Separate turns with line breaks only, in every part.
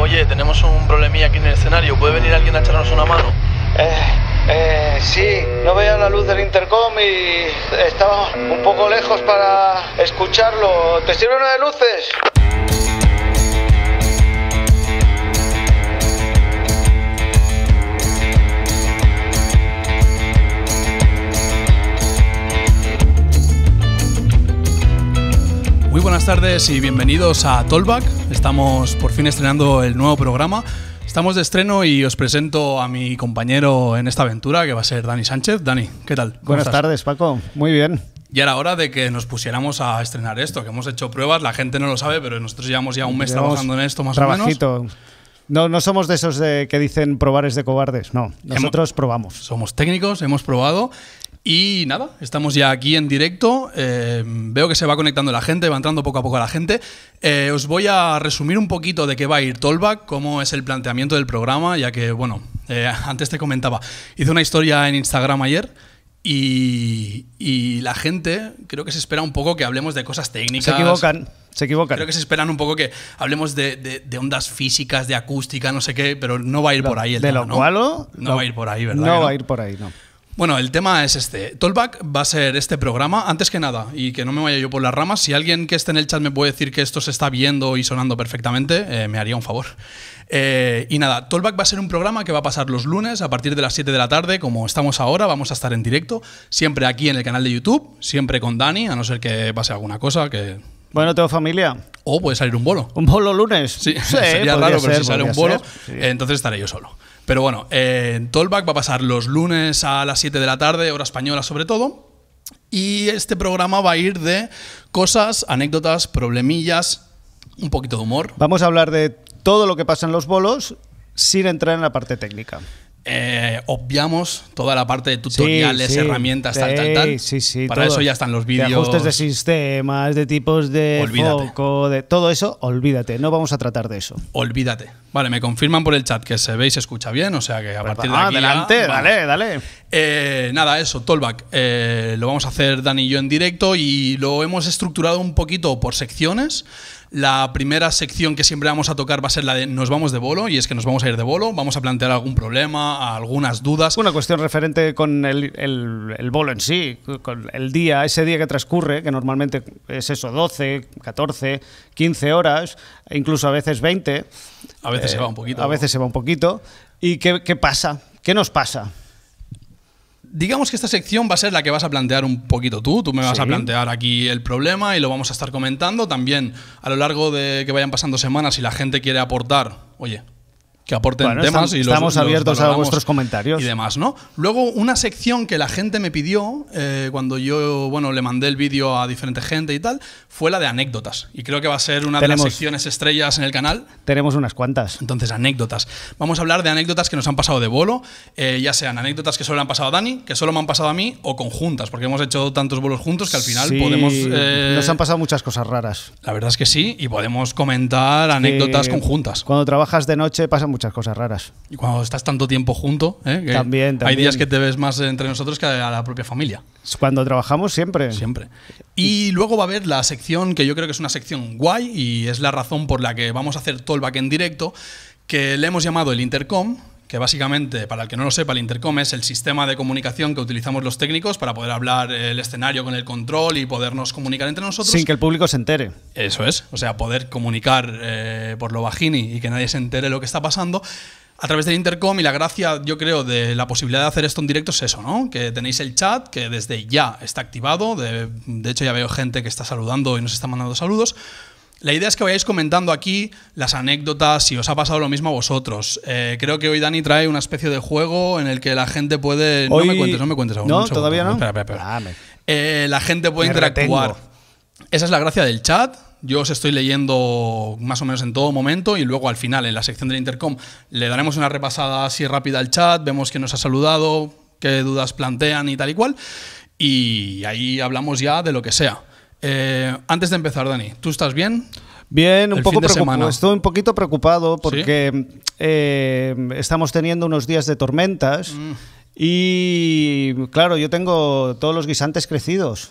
Oye, tenemos un problemilla aquí en el escenario. ¿Puede venir alguien a echarnos una mano?
Eh, eh, sí, no veía la luz del intercom y estaba un poco lejos para escucharlo. ¿Te sirve una de luces?
Muy buenas tardes y bienvenidos a Tollback. Estamos por fin estrenando el nuevo programa. Estamos de estreno y os presento a mi compañero en esta aventura, que va a ser Dani Sánchez. Dani, ¿qué tal? ¿Cómo
Buenas
estás?
tardes, Paco. Muy bien.
Ya era hora de que nos pusiéramos a estrenar esto, que hemos hecho pruebas, la gente no lo sabe, pero nosotros llevamos ya un mes
Llevamos
trabajando en esto más o menos.
Trabajito. No, no somos de esos de que dicen probar es de cobardes. No, nosotros probamos.
Somos técnicos, hemos probado y nada, estamos ya aquí en directo. Eh, veo que se va conectando la gente, va entrando poco a poco la gente. Eh, os voy a resumir un poquito de qué va a ir Tollback, cómo es el planteamiento del programa, ya que, bueno, eh, antes te comentaba, hice una historia en Instagram ayer. Y, y la gente creo que se espera un poco que hablemos de cosas técnicas.
Se equivocan, se equivocan.
Creo que se esperan un poco que hablemos de, de- de ondas físicas, de acústica, no sé qué, pero no va a ir por ahí el
de
tema,
lo
¿no?
cual
No va a ir por ahí, ¿verdad?
No,
que
va a ir por ahí, no.
Bueno, el tema es este. Tollback va a ser este programa. Antes que nada, y que no me vaya yo por las ramas, si alguien que esté en el chat me puede decir que esto se está viendo y sonando perfectamente, eh, me haría un favor. Eh, y nada, Tollback va a ser un programa que va a pasar los lunes a partir de las 7 de la tarde, como estamos ahora, vamos a estar en directo, siempre aquí en el canal de YouTube, siempre con Dani, a no ser que pase alguna cosa que...
Bueno, tengo familia.
O puede salir un bolo.
Un bolo lunes.
Sí,
Sí,
sería
podría
raro, pero
ser,
si sale un
podría
bolo,
ser. Sí.
eh, entonces estaré yo solo. Pero bueno, eh, en Tollback va a pasar los lunes a las 7 de la tarde, hora española sobre todo. Y este programa va a ir de cosas, anécdotas, problemillas, un poquito de humor.
Vamos a hablar de todo lo que pasa en los bolos sin entrar en la parte técnica.
Eh, obviamos toda la parte de tutoriales,
Sí, sí,
herramientas, tal,
sí,
tal, tal.
Sí, sí,
Para
todo.
eso ya están los
De
vídeos.
ajustes de sistemas, de tipos de
Olvídate.
foco, de todo eso, olvídate, no vamos a tratar de eso.
Olvídate. Vale, me confirman por el chat que se ve y se escucha bien, o sea que a partir de
Ah,
aquí ya,
adelante,
vamos.
dale, dale.
Eh, nada, eso, Tollback. eh, lo vamos a hacer Dani y yo en directo y lo hemos estructurado un poquito por secciones. La primera sección que siempre vamos a tocar va a ser la de nos vamos de bolo y es que nos vamos a ir de bolo, vamos a plantear algún problema, algunas dudas.
Una cuestión referente con el, el- el bolo en sí, con el día, ese día que transcurre, que normalmente es eso, 12, 14, 15 horas, e incluso a veces 20.
a veces se va un poquito.
eh, A veces se va un poquito. ¿Y qué, qué pasa? ¿Qué nos pasa?
Digamos que esta sección va a ser la que vas a plantear un poquito tú. Tú me vas
Sí.
a plantear aquí el problema y lo vamos a estar comentando. También a lo largo de que vayan pasando semanas, si la gente quiere aportar, oye, que aporten
Bueno,
temas
estam-
y los-
estamos
los
abiertos a
valoramos
vuestros comentarios.
Y demás, ¿no? Luego, una sección que la gente me pidió eh, cuando yo, bueno, le mandé el vídeo a diferente gente y tal, fue la de anécdotas. Y creo que va a ser una de las
Tenemos-
secciones estrellas en el canal.
Tenemos unas cuantas.
Entonces, anécdotas. Vamos a hablar de anécdotas que nos han pasado de bolo, eh, ya sean anécdotas que solo le han pasado a Dani, que solo me han pasado a mí, o conjuntas, porque hemos hecho tantos bolos juntos que al final
Sí,
podemos. eh,
Nos han pasado muchas cosas raras.
La verdad es que sí, y podemos comentar anécdotas
Eh,
conjuntas.
Cuando trabajas de noche pasan muchas cosas raras.
Y cuando estás tanto tiempo junto, ¿eh? que
También,
hay
también.
días que te ves más entre nosotros que a la propia familia.
Cuando trabajamos siempre.
Siempre. Y luego va a haber la sección que yo creo que es una sección guay y es la razón por la que vamos a hacer Tollback en directo, que le hemos llamado el Intercom, que básicamente, para el que no lo sepa, el Intercom es el sistema de comunicación que utilizamos los técnicos para poder hablar el escenario con el control y podernos comunicar entre nosotros.
Sin que el público se entere.
Eso es, o sea, poder comunicar eh, por lo bajini y que nadie se entere lo que está pasando a través del intercom y la gracia, yo creo, de la posibilidad de hacer esto en directo es eso, ¿no? Que tenéis el chat, que desde ya está activado, de, de hecho ya veo gente que está saludando y nos está mandando saludos. La idea es que vayáis comentando aquí las anécdotas, si os ha pasado lo mismo a vosotros. Eh, creo que hoy Dani trae una especie de juego en el que la gente puede...
Hoy-
No me cuentes, no me cuentes aún.
No,
un segundo.
todavía no.
Espera, espera, espera.
Ah, me-
Eh, la gente puede
Me
interactuar.
retengo.
Esa es la gracia del chat. Yo os estoy leyendo más o menos en todo momento y luego al final, en la sección del intercom, le daremos una repasada así rápida al chat, vemos quién nos ha saludado, qué dudas plantean y tal y cual. Y ahí hablamos ya de lo que sea. Eh, antes de empezar, Dani, ¿tú estás bien?
Bien, un
El
poco
fin de semana.
preocupado. Estoy un poquito preocupado porque eh, estamos teniendo unos días de tormentas
Mm.
y claro, yo tengo todos los guisantes crecidos.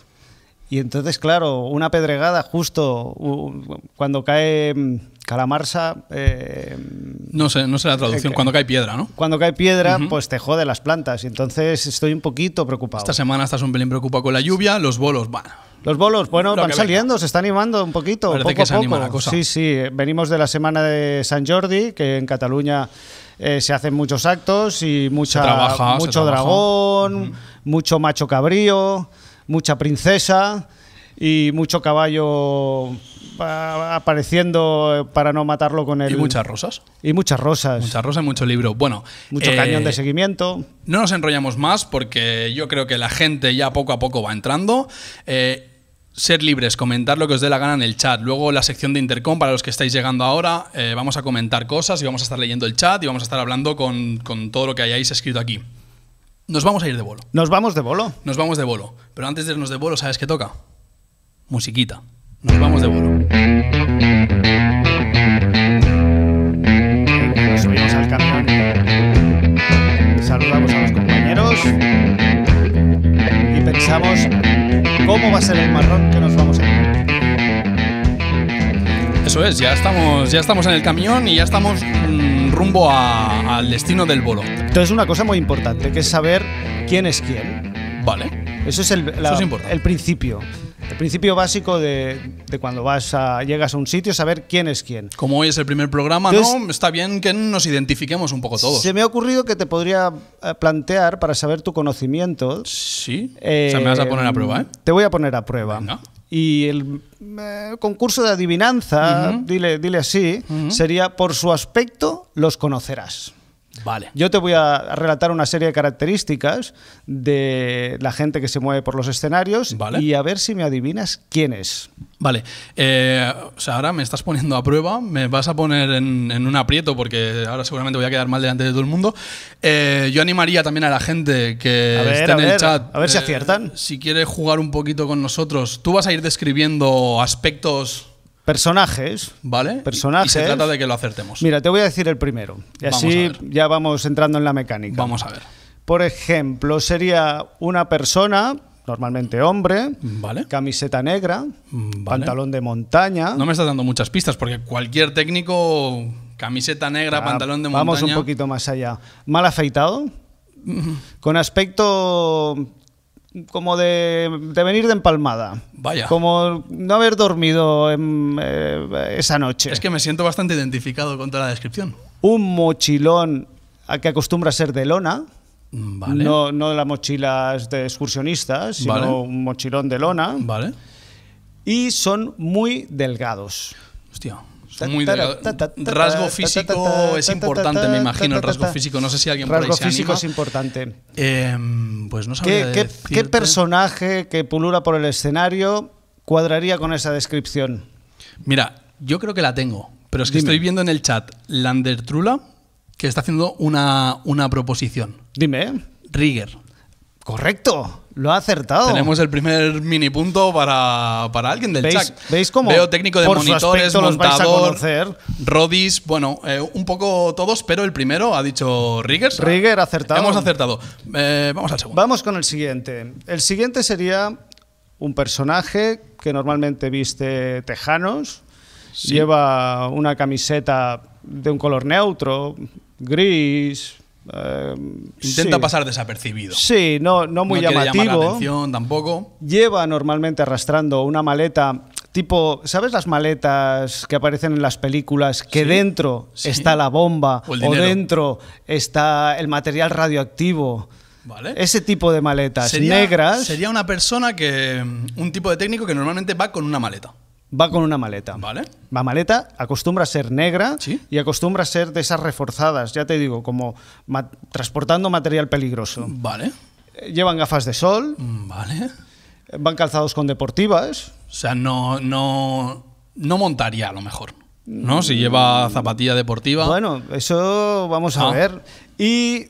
Y entonces, claro, una pedregada justo u- cuando cae mm, calamarsa, eh,
No sé, no sé la traducción. Cuando cae piedra, ¿no?
Cuando cae piedra, pues te jode las plantas. Y entonces estoy un poquito preocupado.
Esta semana estás un pelín preocupado con la lluvia, los bolos, bueno.
Los bolos, bueno,
Lo
van
que
saliendo, se está animando un poquito,
Parece
poco
que
a
se anima
poco.
la cosa.
Sí, sí, venimos de la semana de San Jordi, que en Cataluña eh, se hacen muchos actos y mucha,
Se trabaja, se
mucho
trabaja.
dragón, mucho macho cabrío, mucha princesa y mucho caballo ah, apareciendo eh, para no matarlo con el
Y muchas rosas.
y muchas rosas,
Muchas rosas y mucho libro. Bueno.
mucho
eh,
cañón de seguimiento.
No nos enrollamos más porque yo creo que la gente ya poco a poco va entrando. Eh, ser libres, comentar lo que os dé la gana en el chat. Luego la sección de Intercom, para los que estáis llegando ahora, eh, vamos a comentar cosas y vamos a estar leyendo el chat y vamos a estar hablando con, con todo lo que hayáis escrito aquí. Nos vamos a ir de bolo.
Nos vamos de bolo.
Nos vamos de bolo. Pero antes de irnos de bolo, ¿sabes qué toca? Musiquita. Nos vamos de bolo.
Nos subimos al camión. Saludamos a los compañeros y pensamos cómo va a ser el marrón que nos vamos a comer.
Eso es, ya estamos, ya estamos en el camión y ya estamos mm, rumbo a- al destino del bolo.
Entonces, una cosa muy importante que es saber quién es quién.
Vale.
Eso es el, la-
Eso es importante.
el principio. El principio básico de, de cuando vas a, llegas a un sitio, saber quién es quién.
Como hoy es el primer programa,
Entonces-
¿no? Está bien que nos identifiquemos un poco todos.
Se me ha ocurrido que te podría eh, plantear para saber tu conocimiento.
Sí.
Eh,
o sea, me vas a poner a prueba, ¿eh?
Te voy a poner a prueba.
Venga.
Y el eh, concurso de adivinanza, dile, dile así, sería por su aspecto los conocerás.
Vale.
Yo te voy a relatar una serie de características de la gente que se mueve por los escenarios
Vale.
y a ver si me adivinas quién es.
Vale. Eh, o sea, ahora me estás poniendo a prueba, me vas a poner en, en un aprieto porque ahora seguramente voy a quedar mal delante de todo el mundo. Eh, yo animaría también a la gente que
A ver,
esté
a
en el
ver,
chat.
a ver si
eh,
aciertan.
Si quiere jugar un poquito con nosotros, tú vas a ir describiendo aspectos,
Personajes.
¿vale? Y- Y
Personajes.
se trata de que lo acertemos.
Mira, te voy a decir el primero. Y
Vamos
así
a ver.
ya vamos entrando en la mecánica.
Vamos a ver.
Por ejemplo, sería una persona, normalmente hombre,
Vale.
camiseta negra,
Vale.
pantalón de montaña.
No me estás dando muchas pistas porque cualquier técnico, camiseta negra,
Ah,
pantalón de
Vamos un
montaña.
poquito más allá. Mal afeitado, con aspecto como de, de venir de empalmada.
Vaya.
Como no haber dormido en, eh, esa noche.
Es que me siento bastante identificado con toda la descripción.
Un mochilón a que acostumbra a ser de lona.
Mm, Vale.
No, no las mochilas de excursionistas, sino
Vale.
un mochilón de lona.
Vale.
Y son muy delgados.
Hostia.
Ta-
Muy
ta-
delgado.
ta- ta- ta- ta-
rasgo
ta- ta-
físico
ta-
es
ta- ta-
importante,
ta-
me imagino, el
ta- ta-
rasgo
ta-
físico. No sé si alguien por ahí
Rasgo
se
físico
anima.
es importante.
Em, pues no sabría
¿Qué, qué-
decirte.
qué personaje que pulula por el escenario cuadraría con esa descripción?
Mira, yo creo que la tengo, pero es que
Dime.
estoy viendo en el chat Lander Trula que está haciendo una, una proposición.
Dime. ¿eh?
Rigger.
Correcto, lo ha acertado.
Tenemos el primer mini punto para, para alguien del
¿Veis,
chat.
¿Veis cómo?
Veo técnico de
por su
monitores,
aspecto los vais a
montador,
conocer.
Rodis, bueno, eh, un poco todos, pero el primero ha dicho Riggers.
Rigger, acertado.
Hemos acertado. Eh, vamos al segundo.
Vamos con el siguiente. El siguiente sería un personaje que normalmente viste tejanos, lleva una camiseta de un color neutro, gris. eh,
Intenta
sí.
pasar desapercibido.
Sí, no, no muy
no quiere llamar la
llamativo.
atención tampoco.
lleva normalmente arrastrando una maleta tipo, ¿sabes las maletas que aparecen en las películas que dentro
sí.
está la bomba
O
o,
el dinero.
dentro está el material radioactivo?
Vale.
Ese tipo de maletas
¿Eh? Sería-
negras
Sería una persona que. mm, Un tipo de técnico que normalmente va con una maleta.
va con una maleta.
Vale.
La maleta acostumbra a ser negra
Sí.
y acostumbra a ser de esas reforzadas, ya te digo, como ma- transportando material peligroso.
Vale.
Eh, Llevan gafas de sol,
Mm, Vale.
eh, van calzados con deportivas,
O sea, no, no, no montaría a lo mejor. ¿No? Si lleva zapatilla deportiva.
Bueno, eso vamos a
Ah.
ver. Y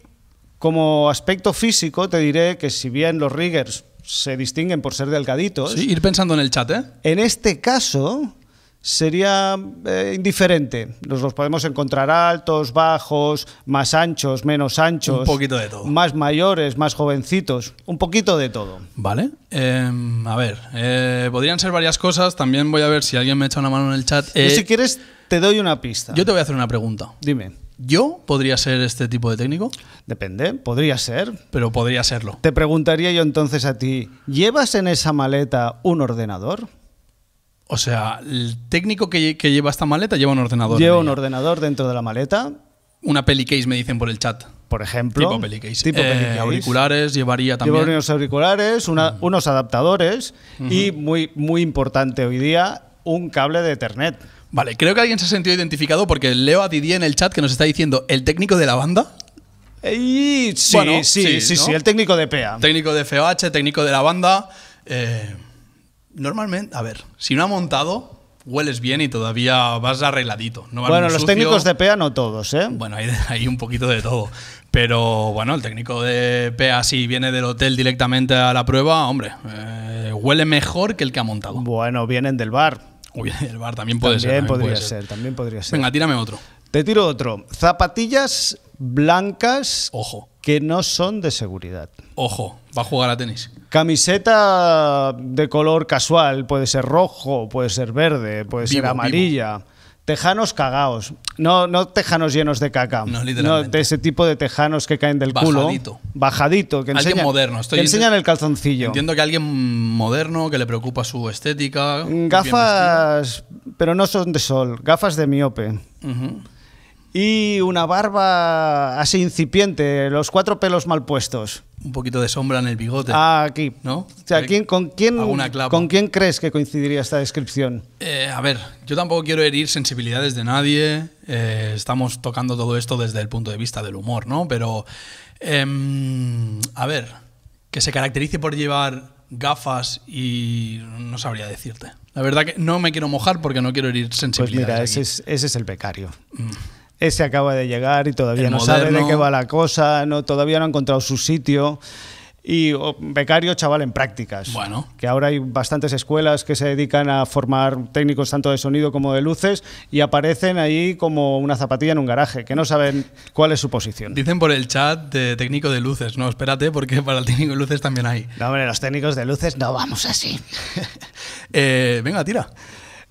como aspecto físico, te diré que si bien los riggers se distinguen por ser delgaditos,
Sí, ir pensando en el chat, ¿eh?
en este caso sería eh, indiferente. Los, los podemos encontrar altos, bajos, más anchos, menos anchos.
Un poquito de todo.
Más mayores, más jovencitos. Un poquito de todo.
Vale. Em, a ver, eh, podrían ser varias cosas. También voy a ver si alguien me echa una mano en el chat. Eh,
Yo, si quieres, te doy una pista.
yo te voy a hacer una pregunta.
Dime.
¿Yo podría ser este tipo de técnico?
Depende, podría ser.
Pero podría serlo.
Te preguntaría yo entonces a ti, ¿llevas en esa maleta un ordenador?
O sea, el técnico que, que lleva esta maleta lleva un ordenador.
¿Lleva
en
un
ella.
ordenador dentro de la maleta?
Una peli case, me dicen por el chat.
Por ejemplo.
Tipo peli case.
Tipo
Eh,
pelicase.
Auriculares llevaría también.
Lleva unos auriculares, una- unos adaptadores y, muy, muy importante hoy día, un cable de Ethernet.
Vale, creo que alguien se ha sentido identificado porque leo a Didier en el chat que nos está diciendo el técnico de la banda.
Y sí,
Bueno,
sí,
sí,
sí, sí,
¿no?
el técnico de PEA.
Técnico de FOH, técnico de la banda. eh, normalmente, a ver, si no ha montado, hueles bien y todavía vas arregladito. No vas
bueno,
muy
los
sucio.
técnicos de PEA no todos, ¿eh?
Bueno, hay, hay un poquito de todo. Pero bueno, el técnico de PA, si viene del hotel directamente a la prueba, hombre, eh, huele mejor que el que ha montado.
Bueno, vienen del bar.
O viene del bar, también puede
También
ser. también
podría
puede
ser, también podría ser.
Venga, tírame otro.
Te tiro otro. Zapatillas blancas
Ojo,
que no son de seguridad.
ojo, va a jugar a tenis.
Camiseta de color casual, puede ser rojo, puede ser verde, puede ser
Vivo,
amarilla. Tejanos cagaos. No, no tejanos llenos de caca.
No, literalmente.
de ese tipo de tejanos que caen del
Bajadito.
culo. Bajadito. Que
Alguien
enseñan,
moderno, estoy
que enseñan
ente-
el calzoncillo.
Entiendo que alguien moderno, que le preocupa su estética. bien
Mm, Gafas, pero no son de sol, gafas de miope.
vestido. Ujú.
Y una barba así incipiente, los cuatro pelos mal puestos.
Un poquito de sombra en el bigote.
Ah, Aquí.
¿No?
O sea, ¿quién- con, quién,
Alguna clava.
¿Con quién crees que coincidiría esta descripción?
Eh, a ver, yo tampoco quiero herir sensibilidades de nadie. eh, estamos tocando todo esto desde el punto de vista del humor, ¿no? Pero, em, a ver, que se caracterice por llevar gafas y no sabría decirte. La verdad que no me quiero mojar porque no quiero herir
Pues
sensibilidades.
mira,
aquí. Mm.
ese es, ese es el becario. Ese acaba de llegar y todavía
El
no sabe
moderno.
de qué va la cosa, no, todavía no ha encontrado su sitio. Y oh, becario, chaval, en prácticas.
Bueno.
Que ahora hay bastantes escuelas que se dedican a formar técnicos tanto de sonido como de luces y aparecen ahí como una zapatilla en un garaje, que no saben cuál es su posición.
Dicen por el chat de técnico de luces. No, espérate, porque para el técnico de luces también hay.
No, hombre, los técnicos de luces no vamos así.
Eh, venga, tira.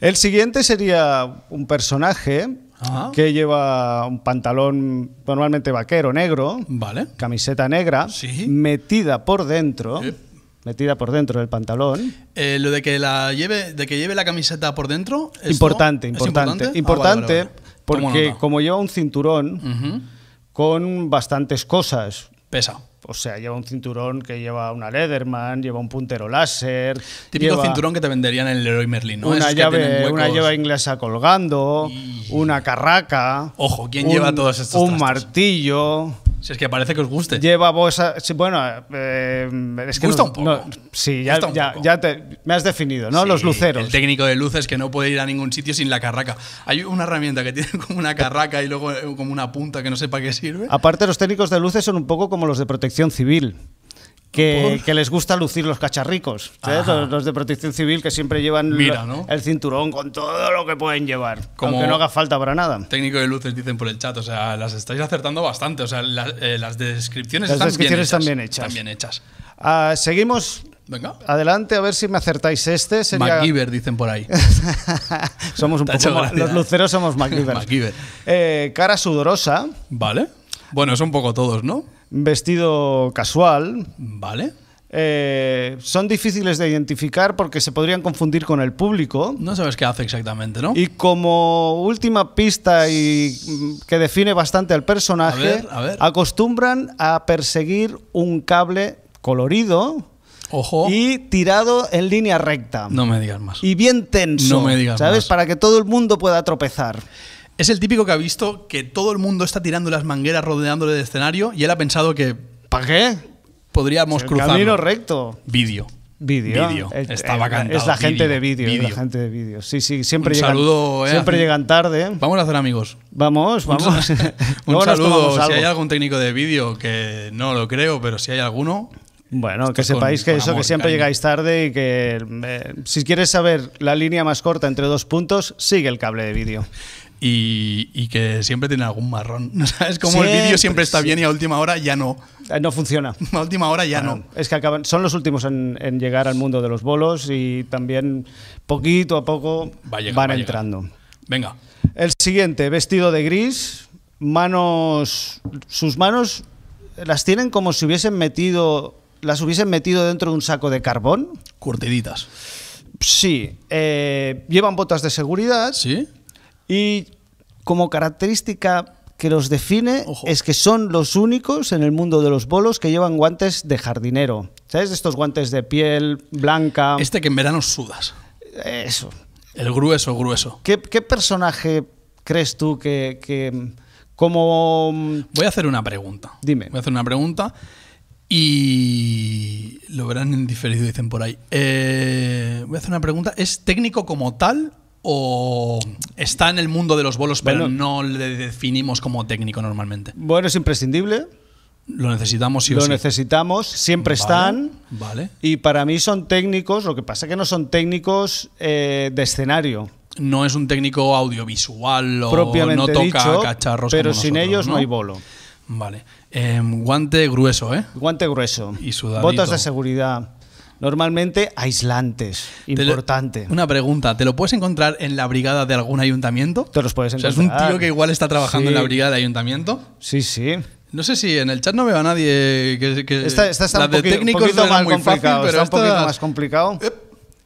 El siguiente sería un personaje
Ajá.
que lleva un pantalón normalmente vaquero negro,
Vale.
camiseta negra,
Sí. Eh.
metida por dentro,
Yep.
metida por dentro del pantalón.
Eh, lo de que la lleve, de que lleve la camiseta por dentro. ¿esto
Importante,
es
importante,
importante.
importante,
Ah, vale, vale, vale. Tomo
porque
nota.
como lleva un cinturón
Ujú.
con bastantes cosas.
Pesa.
O sea, lleva un cinturón que lleva una Leatherman, lleva un puntero láser.
Típico
lleva-
cinturón que te venderían en el Leroy Merlin, ¿no? Esos
una
que
llave,
tienen
una
huecos.
llave inglesa colgando, una carraca.
Ojo, ¿quién lleva todos estos
Un
trastos?
martillo.
Si es que parece que os guste.
Lleva bolsa. sí, Bueno, eh, es que.
Gusta
no-
un poco.
no- sí, ya,
Gusta un
ya-
poco.
ya te, me has definido, ¿no?
Sí,
Los
El
luceros.
técnico de luces que no puede ir a ningún sitio sin la carraca. Hay una herramienta que tiene como una carraca y luego eh, como una punta que no sé para qué sirve.
Aparte, los técnicos de luces son un poco como los de protección civil. Que,
Por-
que les gusta lucir los cacharricos. ¿sabes?
Ajá.
Los, los de protección civil que siempre llevan
Mira,
la-
¿no?
el cinturón con todo lo que pueden llevar.
Como-
Aunque no haga falta para nada.
Técnico de luces dicen por el chat, o sea, las estáis acertando bastante. O sea, la- eh, las descripciones,
Las
están,
descripciones
bien
están
hechas,
bien hechas.
Están bien hechas.
Ah, seguimos
Venga.
Adelante, a ver si me acertáis este. Sería...
MacGyver dicen por ahí.
somos un
Te ha hecho
poco ma-
gracia,
Los
¿eh?
luceros somos MacGyver.
MacGyver.
Eh, cara sudorosa,
Vale. Bueno, son un poco todos, ¿no?
vestido casual.
Vale.
eh, son difíciles de identificar porque se podrían confundir con el público.
No sabes qué hace exactamente, ¿no?
Y como última pista y mm, que define bastante al personaje,
A ver, a ver.
acostumbran a perseguir un cable colorido
Ojo.
y tirado en línea recta.
No me digas más.
y bien tenso.
No me digas
¿Sabes?
más.
Para que todo el mundo pueda tropezar.
Es el típico que ha visto que todo el mundo está tirando las mangueras rodeándole de escenario y él ha pensado que
¿Para qué?
podríamos
El
cruzar.
camino recto.
Vídeo.
Vídeo.
Vídeo.
El-
Estaba
el-
cantado,
Es la gente
vídeo,
de vídeo. es
vídeo.
La gente de vídeo. Sí, sí. Siempre,
Un
llegan,
saludo, eh,
siempre
a-
llegan tarde.
Vamos a hacer amigos.
Vamos, vamos.
Un
Luego nos tomamos
saludo. Si
algo.
hay algún técnico de vídeo que no lo creo, pero si hay alguno,
Bueno, que
Esto con-
sepáis que
con
eso,
amor,
que siempre
cariño.
llegáis tarde y que eh, si quieres saber la línea más corta entre dos puntos, sigue el cable de vídeo.
y, y que siempre tiene algún marrón. ¿No sabes cómo el
Siempre,
vídeo siempre está bien y a última hora ya no?
Eh, No funciona.
A última hora ya no.
Es que acaban, son los últimos en, en llegar al mundo de los bolos y también poquito a poco
Va a llegar,
van
va a llegar.
entrando.
Venga.
El siguiente, vestido de gris, manos, sus manos las tienen como si hubiesen metido, las hubiesen metido dentro de un saco de carbón.
Curtiditas.
Sí, eh, llevan botas de seguridad
¿Sí?
y como característica que los define
Ojo.
es que son los únicos en el mundo de los bolos que llevan guantes de jardinero. ¿Sabes? Estos guantes de piel blanca.
Este que en verano sudas.
Eso.
El grueso, grueso.
¿Qué, qué personaje crees tú que, que- como
Voy a hacer una pregunta.
Dime.
Voy a hacer una pregunta y lo verán en diferido, dicen por ahí. Eh, voy a hacer una pregunta. ¿Es técnico como tal o está en el mundo de los bolos, pero
Bueno.
no le definimos como técnico normalmente?
bueno es imprescindible?
Lo necesitamos sí o
lo
sí.
necesitamos, siempre
Vale,
están.
Vale.
Y para mí son técnicos, lo que pasa es que no son técnicos eh, de escenario,
No es un técnico audiovisual o
propiamente
no toca
dicho,
cacharros
pero
como
sin
nosotros,
ellos ¿no?
¿no?
hay bolo.
Vale. Em, guante grueso, ¿eh?
Guante grueso,
Y sudadito.
botas de seguridad, normalmente aislantes,
Te lo-
importante.
una pregunta, ¿te lo puedes encontrar en la brigada de algún ayuntamiento?
Te los puedes
o sea, es un
encontrar.
tío que igual está trabajando en la Eh,
Sí.
brigada del ayuntamiento.
Sí, sí.
No sé si en el chat no veo a nadie que... que
Esta, esta está
la
un
de
poqui- un
técnicos
poquito
no era
más
muy fácil,
complicado.
pero
está un poquito
esta-
más complicado.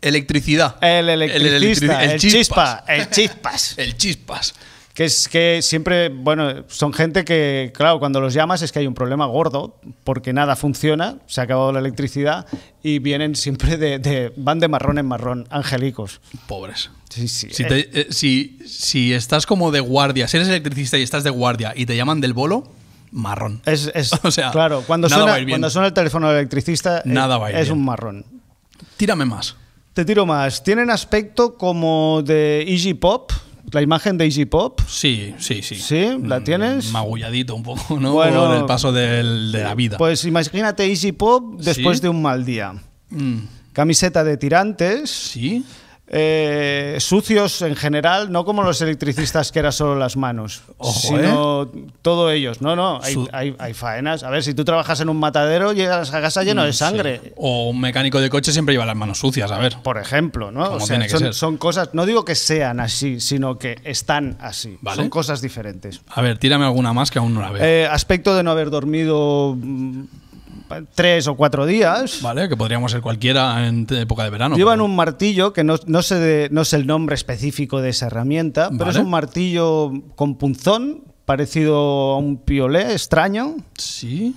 Electricidad.
El electricista,
electri-
el,
chispas,
chispa, el chispas.
El chispas.
Que es que siempre, bueno, son gente que, claro, cuando los llamas es que hay un problema gordo, porque nada funciona, se ha acabado la electricidad y vienen siempre de, de- van de marrón en marrón, angélicos.
Pobres.
Sí, sí.
Si,
eh,
te- eh, si, si estás como de guardia, si eres electricista y estás de guardia y te llaman del bolo, marrón.
es, es-
o sea,
claro, cuando
nada
suena,
va a ir bien.
cuando suena el teléfono del electricista eh,
Nada va a ir
es
bien.
un marrón. Eh,
Tírame más.
Te tiro más. Tienen aspecto como de Iggy Pop, la imagen de Iggy Pop.
Sí, sí, sí.
Sí, ¿la
Mm,
tienes?
Magulladito un poco, ¿no?
Bueno.
Por el paso del- de la vida.
Pues imagínate Iggy Pop después
Sí.
de un mal día.
Mm,
Camiseta de tirantes.
sí.
eh, sucios en general, no como los electricistas que era solo las manos,
Ojo, ¿eh?
sino todo ellos. No, no, hay,
Su-
hay- hay faenas. A ver, si tú trabajas en un matadero, llegas a casa lleno de sangre.
Mm, Sí. O un mecánico de coche siempre lleva las manos sucias, a ver.
Por ejemplo, ¿no?
Como tiene que
son,
ser.
son cosas, no digo que sean así, sino que están así.
Vale.
Son cosas diferentes.
A ver, tírame alguna más que aún no la veo.
Eh, aspecto de no haber dormido mm, tres o cuatro días.
vale, pues que podríamos ser cualquiera en t- época de verano.
Llevan
pero-
un martillo, que no, no sé de- no sé el nombre específico de esa herramienta, pero
Vale.
es un martillo con punzón, parecido a un piolé, extraño.
Sí.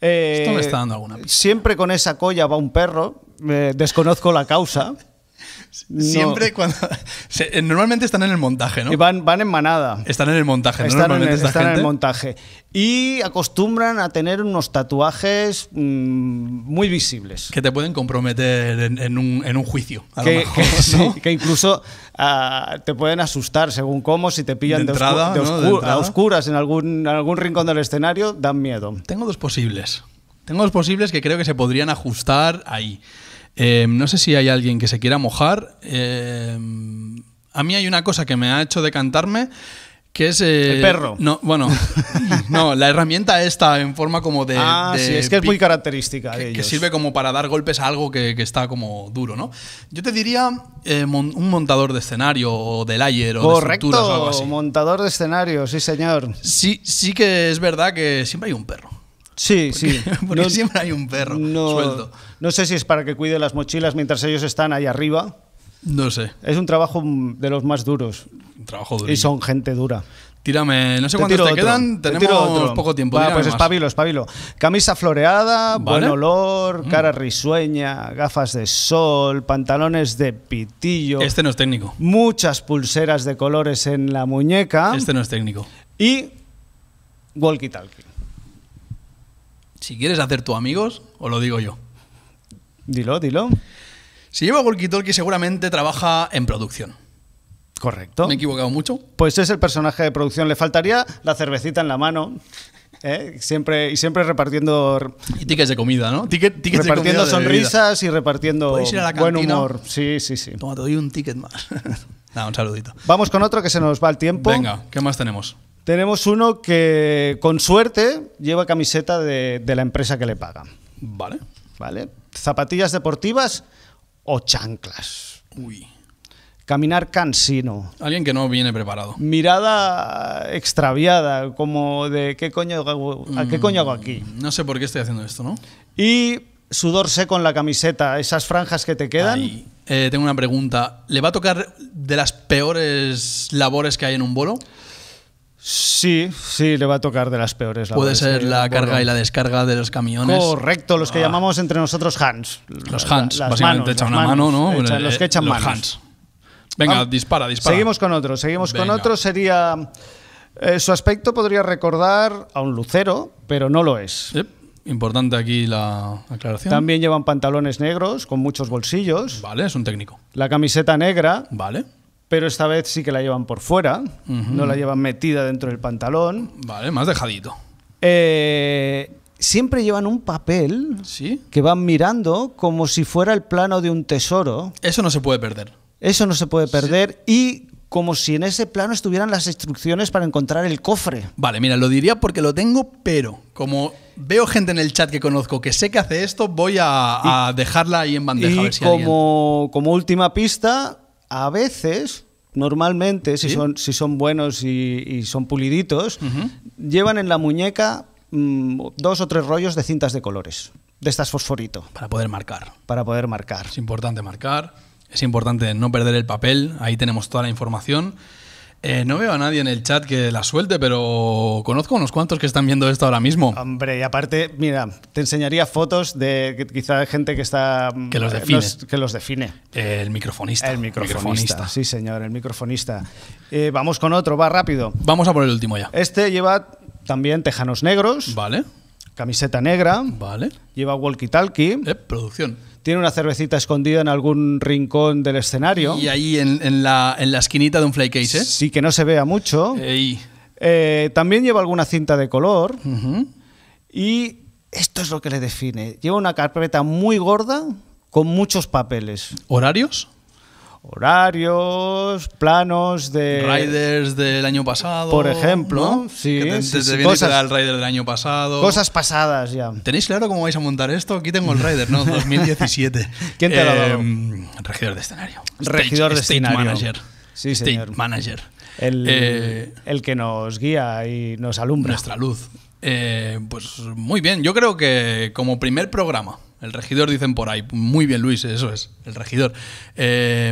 Eh,
Esto me está dando alguna pista.
Siempre con esa colla va un perro, eh, desconozco la causa. No.
Siempre cuando. se- eh, normalmente están en el montaje, ¿no?
Y van, van en manada.
Están en el montaje, ¿no?
Están, en el,
normalmente esta
están en el
gente.
montaje. Y acostumbran a tener unos tatuajes mm, muy visibles.
que te pueden comprometer en, en un, en un juicio. A
que,
lo mejor,
que
¿no?
sí, que incluso ah, te pueden asustar según cómo, si te pillan
De
de, oscu-
entrada,
de
¿no? De
oscu-
entrada.
a oscuras en algún, en algún rincón del escenario, dan miedo.
Tengo dos posibles. Tengo dos posibles que creo que se podrían ajustar ahí. Eh, no sé si hay alguien que se quiera mojar. Eh, a mí hay una cosa que me ha hecho decantarme, que es... eh,
El perro.
No, bueno, no, la herramienta esta en forma como de...
ah,
de
sí, es que es
pi-
muy característica de
que, que
ellos.
sirve como para dar golpes a algo que, que está como duro, ¿no? Yo te diría eh, mon- un montador de escenario o de layer o de estructuras o algo
Correcto,
así.
montador de escenario, sí señor.
Sí, sí que es verdad que siempre hay un perro.
Sí, sí.
Porque siempre hay un perro
no,
suelto.
no sé si es para que cuide las mochilas mientras ellos están ahí arriba.
No sé.
Es un trabajo mm, de los más duros.
Un Trabajo duro.
Y son gente dura.
Tírame, no sé
Te
cuántos
tiro
te
otro,
quedan.
te
Tenemos
tiro otro.
poco tiempo.
Va,
tírame
pues
más.
espabilo, espabilo. Camisa floreada,
Vale. Mm.
buen olor, cara risueña, gafas de sol, pantalones de pitillo,
Este no es técnico.
muchas pulseras de colores en la muñeca
Este no es técnico.
y walkie-talkie.
Si quieres hacer tu amigos, os lo digo yo.
Dilo, dilo.
Si lleva Walkie Talkie, seguramente trabaja en producción.
Correcto.
¿Me he equivocado mucho?
Pues es el personaje de producción. Le faltaría la cervecita en la mano. ¿eh? Siempre, y siempre repartiendo,
Y tickets de comida, ¿no? Ticket- tickets de
repartiendo
comida de bebida.
sonrisas y repartiendo
¿Podéis ir a la
buen
cantina?
humor. Sí, sí, sí.
Toma, te doy un ticket más. Nada, un saludito.
Vamos con otro que se nos va el tiempo.
Venga, ¿qué más tenemos?
Tenemos uno que, con suerte, lleva camiseta de, de la empresa que le paga.
Vale.
¿Vale? Zapatillas deportivas o chanclas.
Uy.
Caminar cansino.
Alguien que no viene preparado.
Mirada extraviada, como de ¿qué coño hago, ¿a qué coño hago aquí?
No sé por qué estoy haciendo esto, ¿no?
Y sudor seco en la camiseta, esas franjas que te quedan.
Ay, eh, tengo una pregunta. ¿Le va a tocar de las peores labores que hay en un bolo?
Sí, sí, le va a tocar de las peores.
Puede
verdad,
ser
sí,
la
bueno.
carga y la descarga de los camiones.
Correcto, los que llamamos entre nosotros hands.
Ah. Los
La-
hands,
las
básicamente
manos,
echan
las
una mano,
manos,
¿no?
echan-
Eh,
los que echan
los
manos.
hands. Venga,
Vamos.
dispara, dispara.
Seguimos con otro, seguimos
Venga.
con otro. Sería. eh, su aspecto podría recordar a un lucero, pero no lo es.
Yep, Importante aquí la aclaración.
También llevan pantalones negros con muchos bolsillos,
Vale, es un técnico.
la camiseta negra,
Vale,
pero esta vez sí que la llevan por fuera, no la llevan metida dentro del pantalón.
vale, más dejadito.
Eh, siempre llevan un papel
¿Sí?
que van mirando como si fuera el plano de un tesoro.
Eso no se puede perder.
Eso no se puede perder y como si en ese plano estuvieran las instrucciones para encontrar el cofre.
Vale, mira, lo diría porque lo tengo, pero como veo gente en el chat que conozco que sé que hace esto, voy a, a dejarla ahí en bandeja. a
Y
ver si alguien-
como, como última pista, a veces, normalmente, si,
¿Sí?
son, si son buenos y, y son puliditos, llevan en la muñeca mm, dos o tres rollos de cintas de colores, de estas fosforito,
Para poder marcar.
para poder marcar.
Es importante marcar, es importante no perder el papel, ahí tenemos toda la información. Eh, no veo a nadie en el chat que la suelte, pero conozco unos cuantos que están viendo esto ahora mismo.
Hombre, y aparte, mira, te enseñaría fotos de que- quizá gente que está... mm,
Que los
eh,
define.
que los define.
El microfonista.
El microfonista. Sí, señor, el microfonista. Eh, vamos con otro, va rápido.
Vamos a por el último ya.
Este lleva también tejanos negros,
Vale,
camiseta negra,
vale.
lleva walkie-talkie,
Eh, producción.
tiene una cervecita escondida en algún rincón del escenario,
Y ahí en, en la, en la esquinita de un fly case, ¿eh?
sí que no se vea mucho.
Ey.
Eh, también lleva alguna cinta de color
Ujú.
y esto es lo que le define. Lleva una carpeta muy gorda con muchos papeles,
¿Horarios?
horarios, planos de...
Riders del año pasado.
Eh, por ejemplo, sí,
Que te,
sí,
te- te
sí,
viene y te
cosas-
da el rider del año pasado.
Cosas pasadas ya.
¿Tenéis claro cómo vais a montar esto? Aquí tengo el Rider, ¿no? 2017.
¿Quién te lo ha dado?
Eh, regidor de escenario.
Regidor de
Stage
escenario.
Manager.
Sí,
Stage
señor.
manager.
El,
Eh,
el que nos guía y nos alumbra.
nuestra luz. Eh, pues muy bien, yo creo que como primer programa, el regidor dicen por ahí, muy bien Luis, eso es, el regidor. Eh,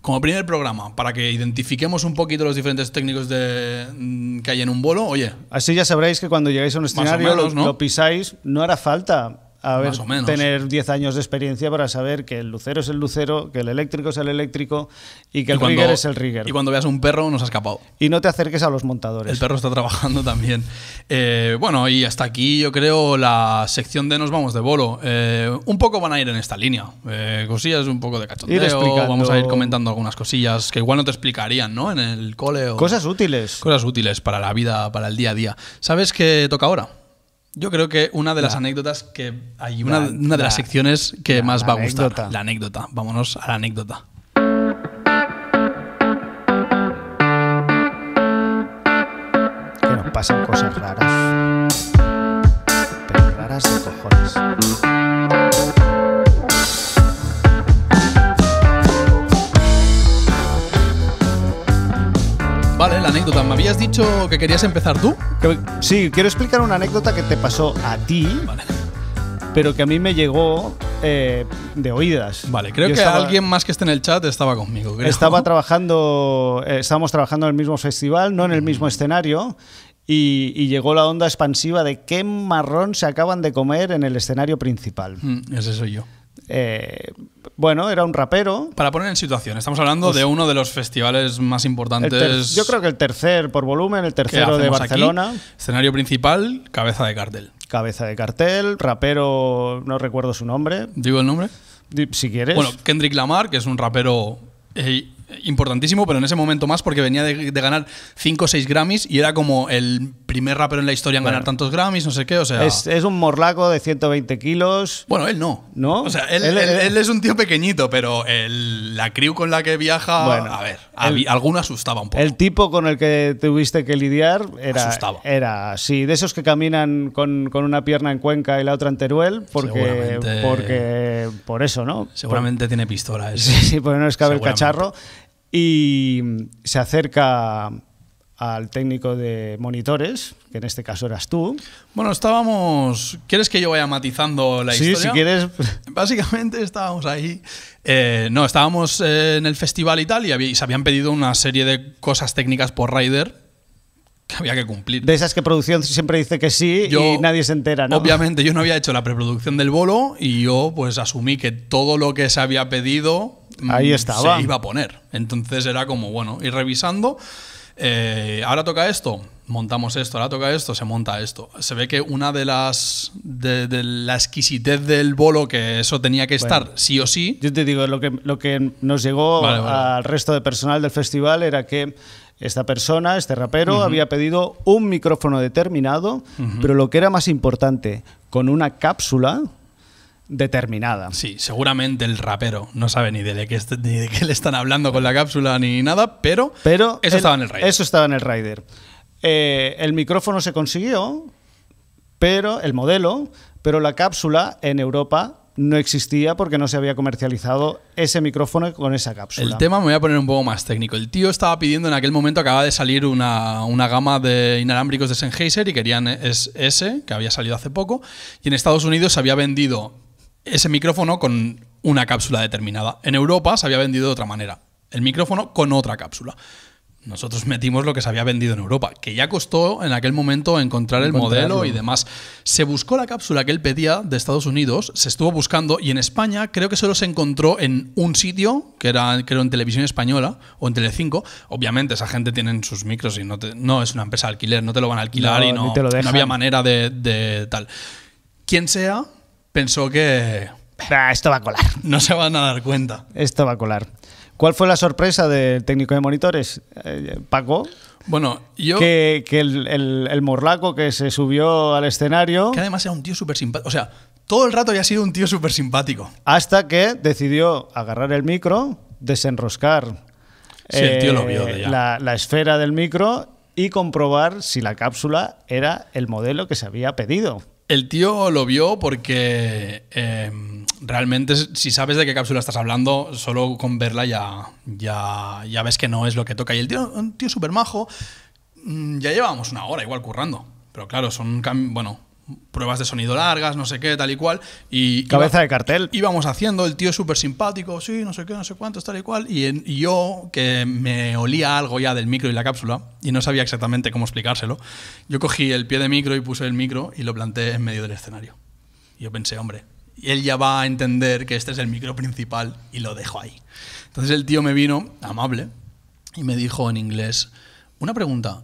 como primer programa, para que identifiquemos un poquito los diferentes técnicos de, mm, que hay en un bolo, oye,
Así ya sabréis que cuando llegáis a un escenario,
menos,
lo,
¿no?
lo pisáis, no hará falta haber-
Más o menos.
tener 10 años de experiencia para saber que el lucero es el lucero, que el eléctrico es el eléctrico y que
y
el
cuando-
rigger es el rigger.
Y
Y,
cuando veas un perro nos ha escapado.
no te acerques a los
El
montadores.
perro está trabajando también. Eh, bueno, y hasta aquí yo creo la sección de Nos vamos de bolo. Eh, un poco van a ir en esta línea. Eh, cosillas un poco de
Ir
cachondeo.
explicando-
Vamos a ir comentando algunas cosillas que igual no te explicarían, ¿no? En el cole o
Cosas útiles.
cosas útiles para la vida, para el día a día. ¿Sabes qué toca ahora? Yo creo que una de las anécdotas que hay, una,
La-
una de las
la-
secciones que
la-
más
la
va a gustar.
anécdota.
La anécdota. Vámonos a la anécdota.
Que nos pasan cosas raras. Pero raras de cojones.
Vale, la anécdota. Me habías dicho que querías empezar tú.
Que- Sí, quiero explicar una anécdota que te pasó a ti,
Vale.
pero que a mí me llegó eh, de oídas.
Vale, creo
Yo
que
estaba-
alguien más que esté en el chat estaba conmigo. creo.
Estaba trabajando, eh, estábamos trabajando en el mismo festival, no en el
Mm.
mismo escenario, y, y llegó la onda expansiva de qué marrón se acaban de comer en el escenario principal.
Mm, Ese soy yo.
Eh, bueno, era un rapero.
Para poner en situación, estamos hablando de uno de los festivales más
Pues el ter-
importantes.
yo creo que el tercer por volumen, el tercero de
hacemos aquí.
Barcelona.
Escenario principal, cabeza de cartel.
Cabeza de cartel, rapero, no recuerdo su nombre,
¿Digo el nombre?
di- si quieres.
Bueno, Kendrick Lamar, que es un rapero eh, importantísimo, pero en ese momento más porque venía de, de ganar 5 o 6 Grammys y era como el pri- primer rapero en la historia en
Bueno.
ganar tantos Grammys, no sé qué, o sea...
Es, es un morlaco de 120 kilos.
Bueno, él no.
¿No?
O sea, él,
Él-
él-
él-
él es un tío pequeñito, pero el- la crew con la que viaja.
Bueno,
a ver,
el-
a- alguno asustaba un poco.
El tipo con el que tuviste que lidiar era,
Asustaba.
era así, de esos que caminan con, con una pierna en Cuenca y la otra en Teruel, porque,
Seguramente.
porque por eso, ¿no?
Seguramente tiene pistola. ese.
Sí, pues. sí, porque no les cabe el
Seguramente.
cacharro. Y mm, se acerca al técnico de monitores, que en este caso eras tú.
Bueno, estábamos. ¿Quieres que yo vaya matizando la
sí,
historia?
si quieres.
Básicamente estábamos ahí. eh, no, estábamos eh, en el festival y tal, y, había- y se habían pedido una serie de cosas técnicas por Ryder que había que cumplir.
De esas que producción siempre dice que sí y nadie se entera, ¿no?
Obviamente, yo no había hecho la preproducción del bolo y yo pues asumí que todo lo que se había pedido mm,
Ahí estaba.
se iba a poner. Entonces era como, bueno, ir revisando. eh, ahora toca esto, montamos esto, ahora toca esto, se monta esto. Se ve que una de las. de, de la exquisitez del bolo, que eso tenía que estar sí o sí.
Yo te digo, lo que, lo que nos llegó
Vale, vale.
al resto de personal del festival era que esta persona, este rapero, había pedido un micrófono determinado, pero lo que era más importante, con una cápsula determinada.
Sí, seguramente el rapero no sabe ni de, qué, est- ni de qué le están hablando con la cápsula ni nada, pero,
Pero
eso estaba en el rey.
Eso estaba en el Rider. Eh, el micrófono se consiguió, pero el modelo, pero la cápsula en Europa no existía porque no se había comercializado ese micrófono con esa cápsula.
El tema me voy a poner un poco más técnico. El tío estaba pidiendo en aquel momento, acaba de salir una, una gama de inalámbricos de Sennheiser y querían es- ese, que había salido hace poco, y en Estados Unidos se había vendido ese micrófono con una cápsula determinada. En Europa se había vendido de otra manera, el micrófono con otra cápsula. Nosotros metimos lo que se había vendido en Europa, que ya costó en aquel momento encontrar el
Encontrarlo.
modelo y demás. Se buscó la cápsula que él pedía de Estados Unidos, se estuvo buscando y en España creo que solo se encontró en un sitio, que era creo en Televisión Española o en Telecinco. Obviamente esa gente tiene sus micros y no, te- no es una empresa de alquiler, no te lo van a alquilar
No,
y
ni
no,
te lo
no
dejan.
había manera de, de tal. Quien sea, pensó que
Ah, esto va a colar.
no se van a dar cuenta.
Esto va a colar. ¿Cuál fue la sorpresa del técnico de monitores, eh, Paco?
Bueno, yo...
Que, que el, el- el morlaco que se subió al escenario
Que además era un tío súper simpático. O sea, todo el rato había sido un tío súper simpático.
hasta que decidió agarrar el micro, desenroscar eh,
Sí, el tío lo vio de ya.
La, la esfera del micro y comprobar si la cápsula era el modelo que se había pedido.
El tío lo vio porque eh, realmente si sabes de qué cápsula estás hablando, solo con verla ya, ya, ya ves que no es lo que toca. Y el tío, un tío súper majo, mm, ya llevábamos una hora igual currando. Pero claro, son cam- bueno, pruebas de sonido largas, no sé qué, tal y cual. Y
Cabeza
iba-
de cartel.
íbamos haciendo, el tío súper simpático, sí, no sé qué, no sé cuánto, tal y cual. Y, en- y yo, que me olía algo ya del micro y la cápsula, y no sabía exactamente cómo explicárselo, yo cogí el pie de micro y puse el micro y lo planté en medio del escenario. Y yo pensé, hombre, y él ya va a entender que este es el micro principal y lo dejo ahí. Entonces el tío me vino, amable, y me dijo en inglés, una pregunta.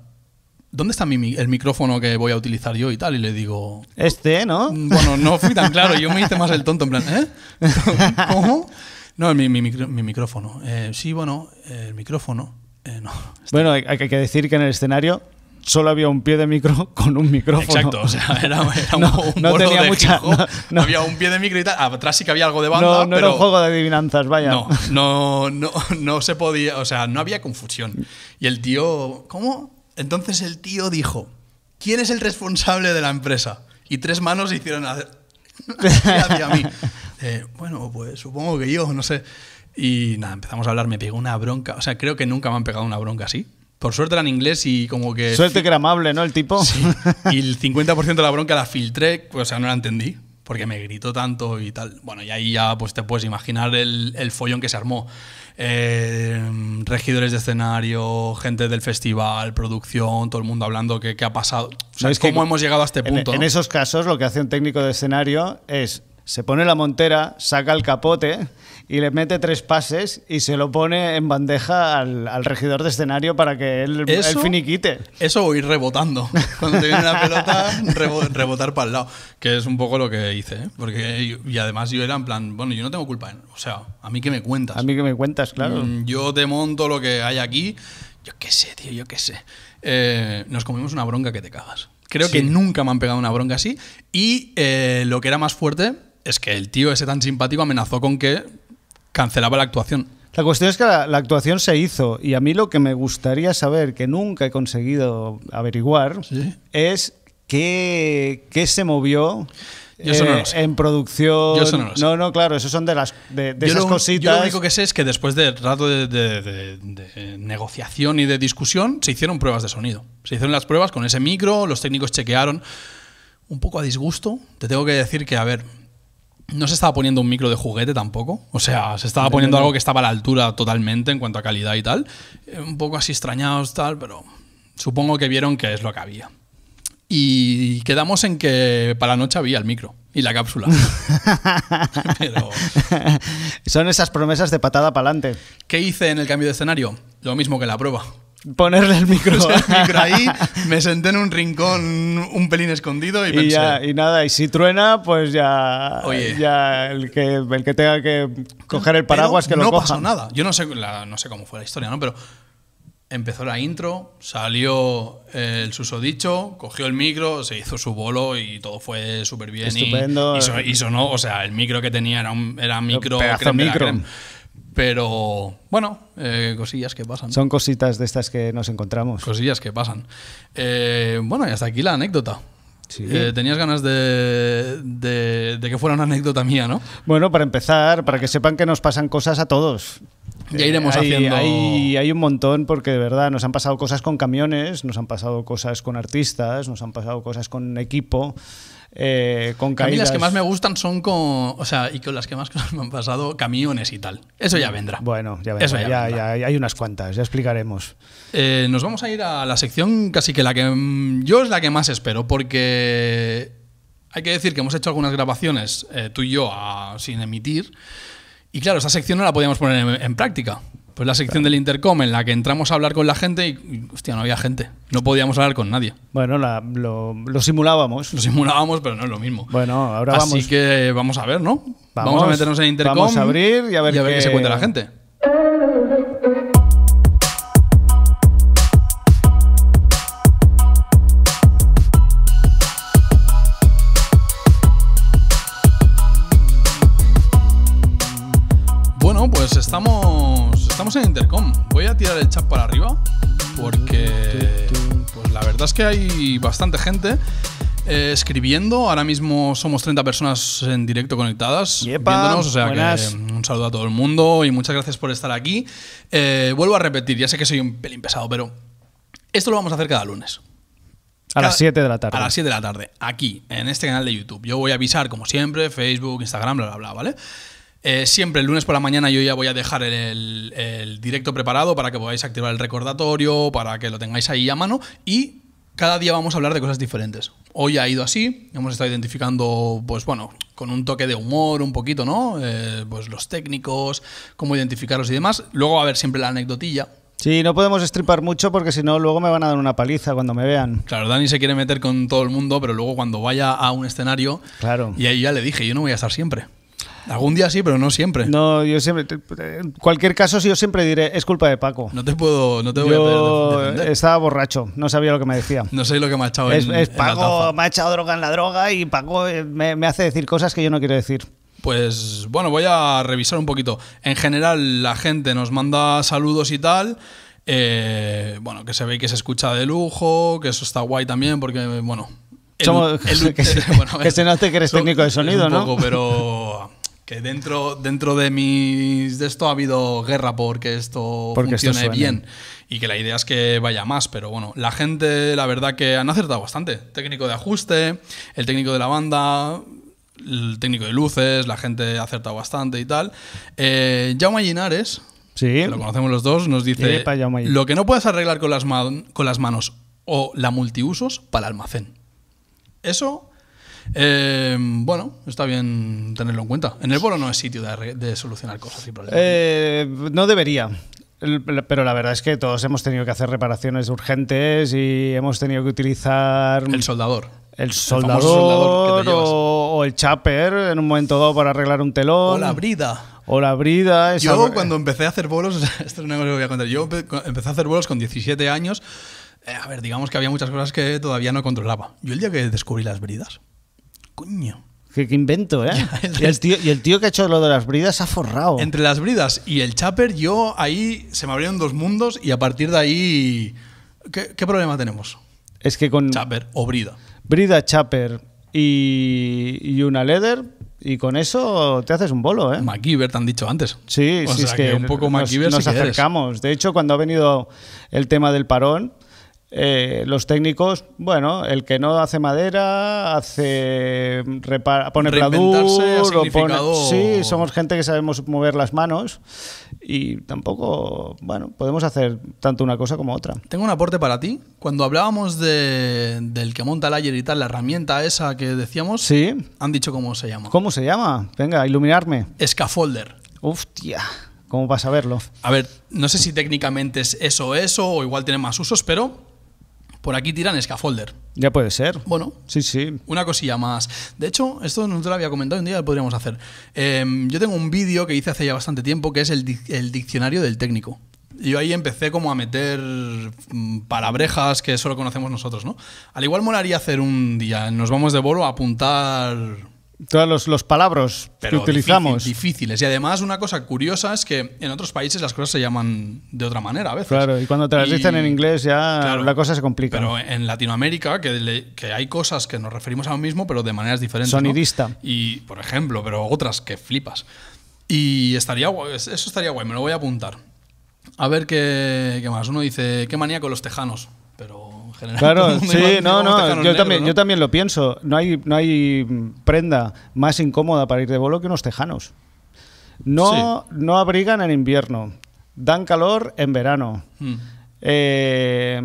¿Dónde está mi mi- el micrófono que voy a utilizar yo y tal? Y le digo,
Este, ¿no?
bueno, no fui tan claro. Yo me hice más el tonto, en plan, ¿eh? ¿Cómo? No, mi, mi micro- mi micrófono. Eh, sí, bueno, eh, el micrófono. Eh, no.
Bueno, hay, hay que decir que en el escenario solo había un pie de micro con un micrófono.
Exacto, o sea, era, era un,
No,
un
no
bolo
tenía
de
mucha-
hip hop.
no, no.
Había un pie de micro y tal. Atrás sí que había algo de banda,
no, no
pero
era un juego de adivinanzas, vaya.
No, no, no, no se podía, o sea, no había confusión. Y el tío, ¿cómo? Entonces el tío dijo, ¿quién es el responsable de la empresa? Y tres manos hicieron hacia, hacia mí. Eh, bueno, pues supongo que yo, no sé. Y nada, empezamos a hablar, me pegó una bronca. O sea, creo que nunca me han pegado una bronca así. Por suerte era en inglés y como que...
Suerte que era amable, ¿no? El tipo.
Eh, Sí. Y el 50% de la bronca la filtré, o sea, no la entendí, porque me gritó tanto y tal. Bueno, y ahí ya pues te puedes imaginar el, el follón que se armó. Eh, regidores de escenario, gente del festival, producción, todo el mundo hablando que qué ha pasado. O sea,
No, es que
cómo hemos llegado a este
En-
punto.
En,
¿no?
esos casos, lo que hace un técnico de escenario es se pone la montera, saca el capote y le mete tres pases y se lo pone en bandeja al, al regidor de escenario para que él,
Eso-
él finiquite.
Eso o ir rebotando. Cuando te viene la pelota, rebo- rebotar para el lado. Que es un poco lo que hice. ¿eh? Porque, yo- y además yo era en plan, bueno, yo no tengo culpa. ¿eh? O sea, a mí que me cuentas.
A mí que me cuentas, claro.
Mm, Yo te monto lo que hay aquí. Yo qué sé, tío, yo qué sé. eh, nos comimos una bronca que te cagas. Creo que nunca me han pegado una bronca así. Y eh, lo que era más fuerte es que el tío ese tan simpático amenazó con que cancelaba la actuación.
La cuestión es que la, la actuación se hizo y a mí lo que me gustaría saber, que nunca he conseguido averiguar,
Sí.
es qué, qué se movió eh,
Yo eso no lo sé.
en producción.
Yo eso no lo sé.
no, no, claro, eso son de, las, de, de
Yo
esas
lo, un-
cositas.
Yo lo único que sé es que después de rato de, de- de- de negociación y de discusión, se hicieron pruebas de sonido. Se hicieron las pruebas con ese micro, los técnicos chequearon. Un poco a disgusto, te tengo que decir que, a ver, no se estaba poniendo un micro de juguete tampoco. O sea, se estaba poniendo algo que estaba a la altura totalmente en cuanto a calidad y tal. Eh, Un poco así extrañados, tal, pero supongo que vieron que es lo que había. Y quedamos en que para la noche había el micro y la cápsula. pero.
Son esas promesas de patada para adelante.
¿Qué hice en el cambio de escenario? Lo mismo que en la prueba.
Ponerle el micro.
Puse el micro ahí, me senté en un rincón un pelín escondido y,
Y,
pensé.
ya, y nada, y si truena, pues ya,
Oye.
ya el, que, el que tenga que coger el
"Pero
paraguas que lo
no
coja.
pasó nada. Yo no sé, la- no sé cómo fue la historia, ¿no? Pero empezó la intro, salió eh, el susodicho, cogió el micro, se hizo su bolo y todo fue súper bien. y-
Estupendo.
Y, so- y sonó, o sea, el micro que tenía era, un, era micro.
Pedazo
creme de la
micro.
creme. Pero bueno, eh, cosillas que pasan.
Son cositas de estas que nos encontramos.
Cosillas que pasan. Eh, bueno, y hasta aquí la anécdota.
Sí.
Eh, tenías ganas de, de- de que fuera una anécdota mía, ¿no?
Bueno, para empezar, para que sepan que nos pasan cosas a todos. Eh,
Ya iremos
hay,
haciendo.
Hay, hay un montón porque de verdad nos han pasado cosas con camiones, nos han pasado cosas con artistas, nos han pasado cosas con equipo, eh, con
a mí
caídas.
las que más me gustan son con. O sea, y con las que más cosas me han pasado, camiones y tal. Eso ya vendrá.
Bueno, ya,
Eso ya
verás, ya, ya, hay unas cuantas, ya explicaremos.
Eh, nos vamos a ir a la sección casi que la que. mm, Yo es la que más espero, porque. Hay que decir que hemos hecho algunas grabaciones, eh, tú y yo, a- sin emitir. Y claro, esa sección no la podíamos poner en, en práctica. Pues la sección del intercom en la que entramos a hablar con la gente y, y, hostia, no había gente. No podíamos hablar con nadie.
Bueno, la- lo, lo simulábamos.
Lo simulábamos, pero no es lo mismo.
Bueno, ahora
Así
vamos.
que vamos a ver, ¿no? Vamos, a
Vamos,
meternos en el intercom.
vamos a abrir y a ver
qué
qué-
se cuenta la gente. Bueno, pues estamos, estamos en Intercom. Voy a tirar el chat para arriba porque pues la verdad es que hay bastante gente eh, escribiendo. Ahora mismo somos 30 personas en directo conectadas
Yepa,
viéndonos, o sea que,
buenas.
mm, un saludo a todo el mundo y muchas gracias por estar aquí. Eh, vuelvo a repetir, ya sé que soy un pelín pesado, pero esto lo vamos a hacer cada lunes.
A
Cada-
las 7 de la tarde.
A las 7 de la tarde, aquí, en este canal de YouTube. Yo voy a avisar, como siempre, Facebook, Instagram, bla, bla, bla, ¿vale? Eh, siempre el lunes por la mañana yo ya voy a dejar el, el directo preparado para que podáis activar el recordatorio, para que lo tengáis ahí a mano y cada día vamos a hablar de cosas diferentes. Hoy ha ido así, hemos estado identificando, pues bueno, con un toque de humor un poquito, ¿no? Eh, pues los técnicos, cómo identificarlos y demás. Luego va a haber siempre la anecdotilla,
Sí, no podemos estripar mucho porque si no, luego me van a dar una paliza cuando me vean.
Claro, Dani se quiere meter con todo el mundo, pero luego cuando vaya a un escenario.
Claro.
Y ahí ya le dije, yo no voy a estar siempre. Algún día sí, pero no siempre. No,
No, yo siempre. En cualquier caso, yo siempre diré, es culpa de Paco.
te puedo, no te voy a
yo
poder defender.
estaba borracho, no sabía lo que me decía.
No sé lo que me ha echado
Es,
en,
es
en la
Paco,
taza.
me ha echado droga en la droga y Paco eh, me, me hace decir cosas que yo no quiero decir.
Pues bueno, voy a revisar un poquito. En general, la gente nos manda saludos y tal. Eh, bueno, que se ve que se escucha de lujo, que eso está guay también, porque bueno. el-
Somos-
el-
que se-
bueno, a ver,
que se note que eres
so-
técnico de sonido,
un
¿no?
poco, pero que dentro, dentro de mis de esto ha habido guerra porque esto
Porque esto
funcione
suene.
bien y que la idea es que vaya más, pero bueno, la gente la verdad que han acertado bastante. Técnico de ajuste, el técnico de la banda, el técnico de luces, la gente ha acertado bastante y tal. Eh, Jaume Linares,
Sí.
que lo conocemos los dos, nos dice
Epa, Jaume.
lo que no puedes arreglar con las, man- con las manos o la multiusos para el almacén. Eso, eh, bueno, está bien tenerlo en cuenta. En el bolo no es sitio de, arre- de solucionar cosas y problemas.
Eh, no debería. El- Pero la verdad es que todos hemos tenido que hacer reparaciones urgentes y hemos tenido que utilizar
el soldador.
el
famoso
soldador,
soldador que te llevas.
o, o el chopper en un momento dado para arreglar un telón.
O la brida.
O la brida. esa-
Yo cuando empecé a hacer bolos, esto es una cosa que voy a contar, yo empe- cu- empecé a hacer bolos con 17 años, eh, a ver, digamos que había muchas cosas que todavía no controlaba. Yo el día que descubrí las bridas, coño.
Qué, qué invento, ¿eh? y, el tío, y el tío que ha hecho lo de las bridas ha forrado.
Entre las bridas y el chapper, yo ahí se me abrieron dos mundos y a partir de ahí. ¿Qué, qué problema tenemos?
Es que con
Chapper o brida.
brida, chapper y, y una leather, y con eso te haces un bolo, ¿eh?
MacGyver, te han dicho antes.
Sí,
O
sí,
sea
es
que
que
un poco
nos-
MacGyver
nos,
sí que eres.
acercamos. De hecho, cuando ha venido el tema del parón, eh, los técnicos, bueno, el que no hace madera, hace repara, pone pladur,
Reinventarse ha
o
significado-
sí, somos gente que sabemos mover las manos y tampoco, bueno, podemos hacer tanto una cosa como otra.
Tengo un aporte para ti. Cuando hablábamos de- del que monta el ayer y tal, la herramienta esa que decíamos,
Sí.
han dicho cómo se llama.
¿Cómo se llama? Venga, iluminarme.
Scaffolder.
Hostia, ¿cómo vas a verlo?
A ver, no sé si técnicamente es eso o eso, o igual tiene más usos, pero por aquí tiran Scaffolder.
Ya puede ser.
Bueno,
Sí, sí.
Una cosilla más. De hecho, esto no te lo había comentado, un día lo podríamos hacer. Eh, yo tengo un vídeo que hice hace ya bastante tiempo que es el, dic- el diccionario del técnico. Y yo ahí empecé como a meter mm, palabrejas que solo conocemos nosotros, ¿no? Al igual molaría hacer un día, nos vamos de bolo a apuntar
Todos los, los palabros
pero
que utilizamos.
difícil- difíciles. Y además, una cosa curiosa es que en otros países las cosas se llaman de otra manera a veces.
Claro, y cuando te las dicen en inglés ya la cosa se complica.
Pero en Latinoamérica, que, le- que hay cosas que nos referimos a lo mismo, pero de maneras diferentes. ¿no?
Sonidista.
Y, por ejemplo, pero otras que flipas. Y estaría guay, eso estaría guay, me lo voy a apuntar. A ver qué, qué más. Uno dice, qué manía con los tejanos. Pero en general. todo el
Claro,
mundo
sí,
lleva-
no,
llevamos
no,
tejanos
yo,
negros,
también,
¿no?
yo también lo pienso. No hay, no hay mm, prenda más incómoda para ir de bolo que unos tejanos. No, no abrigan en invierno, dan calor en verano.
Mm.
Eh,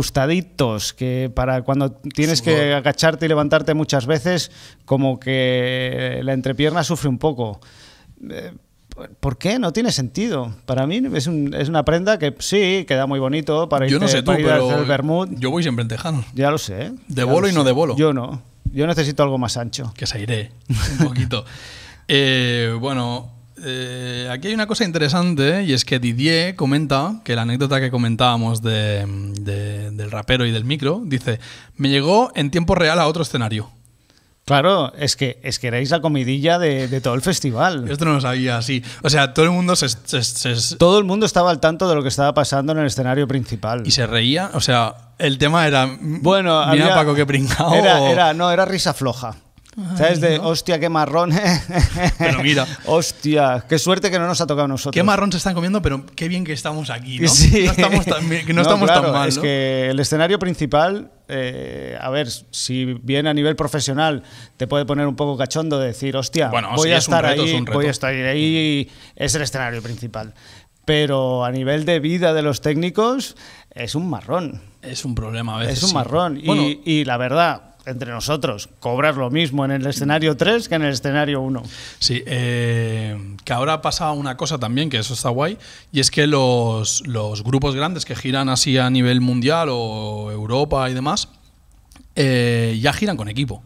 ajustaditos, que para cuando tienes
Sudor.
que agacharte y levantarte muchas veces, como que la entrepierna sufre un poco. Eh, ¿Por qué? No tiene sentido. Para mí es, un- es una prenda que sí, queda muy bonito para,
Yo
irte-
no sé tú,
para ir a hacer
pero.
el vermut.
Yo voy siempre en tejanos.
Ya lo sé.
¿De
ya
bolo
lo
y no
sé.
de bolo?
Yo no. Yo necesito algo más ancho.
que se iré un poquito. Eh, bueno, eh, aquí hay una cosa interesante y es que Didier comenta que la anécdota que comentábamos de- de- del rapero y del micro dice: Me llegó en tiempo real a otro escenario.
Claro, es que, es que erais la comidilla de, de todo el festival.
Esto no lo sabía así. O sea, todo el mundo se, se- se-
Todo el mundo estaba al tanto de lo que estaba pasando en el escenario principal.
y se reía. O sea, el tema era:
Bueno,
mira
había-
Paco, que pringao.
Era, era- no, era risa floja. ¿Sabes? De hostia, qué marrón. eh".
Pero mira.
Hostia, qué suerte que no nos ha tocado a nosotros.
Qué marrón se están comiendo, pero qué bien que estamos aquí, ¿no?
Sí.
No estamos tan, bien- que no
No,
estamos
claro,
tan mal,
Es
¿no?
que el escenario principal, eh, a ver, si bien a nivel profesional te puede poner un poco cachondo de decir, hostia,
Bueno,
voy
sí,
a
es un
estar
reto, es
ahí,
un reto.
voy a estar ahí, es el escenario principal. Pero a nivel de vida de los técnicos, es un marrón.
Es un problema a veces.
Es un
sí.
marrón. Y,
Bueno,
y la verdad, entre nosotros, cobras lo mismo en el escenario 3 que en el escenario 1.
Sí, eh, que ahora pasa una cosa también, que eso está guay, y es que los, los grupos grandes que giran así a nivel mundial o Europa y demás, eh, ya giran con equipo.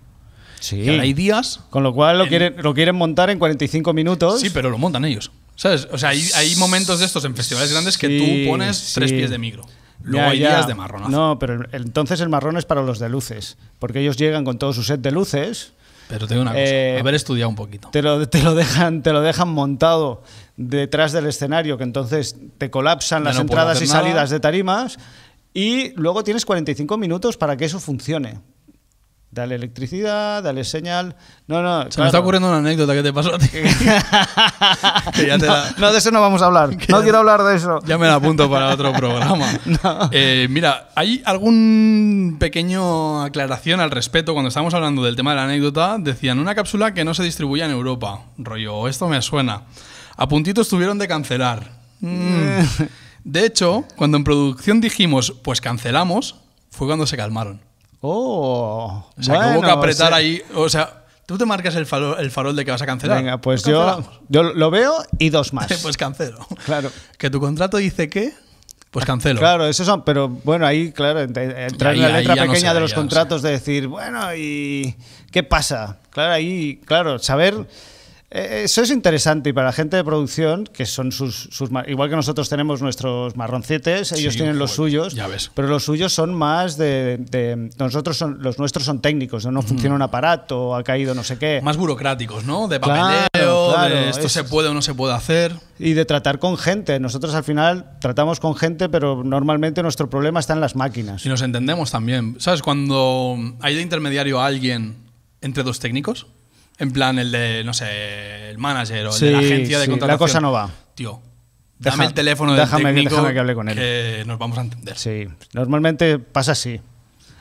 Sí.
Y ahora hay días...
Con lo cual lo,
En-
quieren, lo quieren montar en 45 minutos.
Sí, pero lo montan ellos. ¿Sabes? O sea, hay, hay momentos de estos en festivales grandes que
Sí,
tú pones tres
sí.
pies de micro. Luego
Ya,
hay
ya.
días de marronazo.
No, pero el- entonces el marrón es para los de luces. Porque ellos llegan con todo su set de luces,
Pero te digo una cosa,
Eh,
haber estudiado un poquito.
te lo, te lo, dejan, te lo dejan montado detrás del escenario, que entonces te colapsan
Ya
las
no puedo
entradas y
hacer nada.
salidas de tarimas. Y luego tienes 45 minutos para que eso funcione. Dale electricidad, dale señal. No, no.
Se me está
claro.
ocurriendo una anécdota que te pasó a ti. Que ya te
no,
la-
no, de eso no vamos a hablar. No quiero hablar de eso.
Ya me la apunto para otro programa. Eh, mira, hay algún pequeño aclaración al respecto. Cuando estábamos hablando del tema de la anécdota, decían una cápsula que no se distribuía en Europa. Rollo, esto me suena. A puntitos tuvieron de cancelar. Mm. De hecho, cuando en producción dijimos, pues cancelamos, fue cuando se calmaron.
Oh.
O sea, que hubo que
bueno,
apretar
o sea-
ahí. O sea, tú te marcas el farol, el farol de que vas a cancelar.
Venga, pues
Pues
yo,
cancelamos.
yo lo veo y dos más.
pues cancelo.
Claro.
Que tu contrato dice que, pues cancelo.
Claro, eso son, pero bueno, ahí, claro, ent- entrar en
Ahí-
la
ahí
letra
ya no
pequeña
sé,
de los
ya no
contratos de decir, bueno, ¿y qué pasa? Claro, ahí, claro, saber eh, Eso es interesante y para la gente de producción, que son sus, sus ma- igual que nosotros tenemos nuestros marroncetes, ellos
Sí,
tienen los
joder,
suyos,
ya ves.
pero los suyos son más de, de- nosotros son, los nuestros son técnicos, no, No funciona un aparato, ha caído no sé qué,
Mm. Más burocráticos, ¿no? De papeleo,
Claro, claro,
de esto
es-
se puede o no se puede hacer.
y de tratar con gente. Nosotros al final tratamos con gente, pero normalmente nuestro problema está en las máquinas.
Si nos entendemos también. ¿Sabes? Cuando hay de intermediario a alguien entre dos técnicos, en plan el de, no sé, el manager o el de la
Sí,
agencia de
sí, la
contratación.
cosa no va.
Tío,
Deja-
dame el teléfono del
déjame que-
técnico
déjame que hable con él.
que nos vamos a entender.
Sí, normalmente pasa así.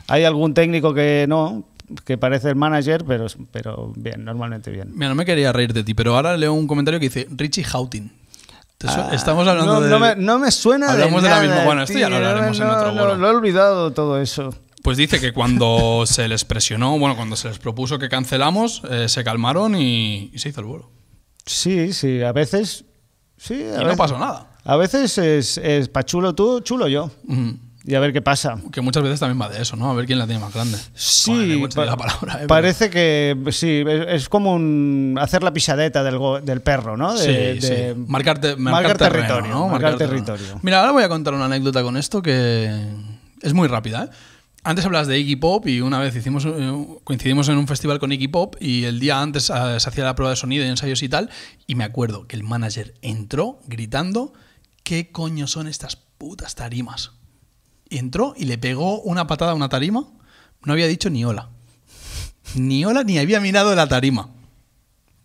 Hay algún técnico que no, que parece el manager, pero, pero bien, normalmente bien.
Mira, no me quería reír de ti, pero ahora leo un comentario que dice Richie Houghton. Te su- Estamos hablando
Ah, no,
de...
no me, no me suena
Hablamos de
de
la
nada,
misma- bueno, esto ya
tío,
lo hablaremos en
no,
otro
no,
bolo.
Lo he olvidado todo eso.
Pues dice que cuando se les presionó, bueno, cuando se les propuso que cancelamos, eh, se calmaron y, y se hizo el vuelo.
Sí, sí, a veces... Sí, a
Y no
veces-
pasó nada.
A veces es, es pa' chulo tú, chulo yo.
Mm.
Y a ver qué pasa.
Que muchas veces también va de eso, ¿no? A ver quién la tiene más grande. Joder, me
Sí,
gusta
pa-
la palabra, ¿eh? Pero-
parece que sí, es, es como un hacer la pisadeta del, go- del perro, ¿no?
Sí,
De-
sí.
de-
Marcar, te- marcar
marcar
terreno,
territorio,
¿no?
marcar
terreno.
territorio.
Mira, ahora voy a contar una anécdota con esto que es muy rápida. ¿eh? Antes hablas de Iggy Pop y una vez hicimos, eh, coincidimos en un festival con Iggy Pop y el día antes eh, se hacía la prueba de sonido y ensayos y tal. Y me acuerdo que el manager entró gritando: ¿Qué coño son estas putas tarimas? Y entró y le pegó una patada a una tarima. No había dicho ni hola. Ni hola ni había mirado la tarima.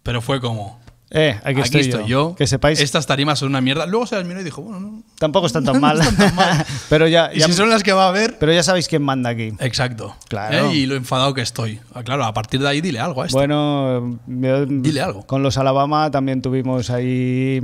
Pero fue como.
Eh, aquí,
Aquí,
estoy, yo. Que sepáis,
Estas tarimas son una mierda. Luego se las miró y dijo, bueno, no.
tampoco están tan
no
mal.
están tan mal.
pero, ya,
Y
ya-
si son las que va a ver.
pero ya sabéis quién manda aquí.
Exacto.
Claro.
¿Eh? Y lo enfadado que estoy. Ah, Claro, a partir de ahí dile algo a este, esto.
Bueno, yo-
Dile algo.
con los Alabama también tuvimos ahí.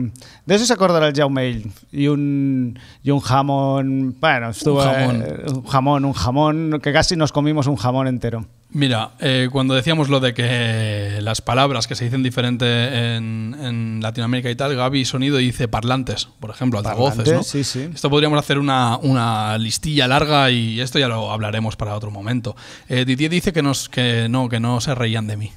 De eso se acordará el Jaume Hill. y un, y un jamón. Bueno, estuvo.
Un jamón.
eh, un jamón, un jamón, que casi nos comimos un jamón entero.
Mira, eh, cuando decíamos lo de que las palabras que se dicen diferente en, en Latinoamérica y tal, Gaby Sonido dice parlantes, por ejemplo, altavoces,
Parlantes,
¿no?
sí, sí.
Esto podríamos hacer una, una listilla larga y esto ya lo hablaremos para otro momento. Eh, Didier dice que, nos, que no, que no se reían de mí.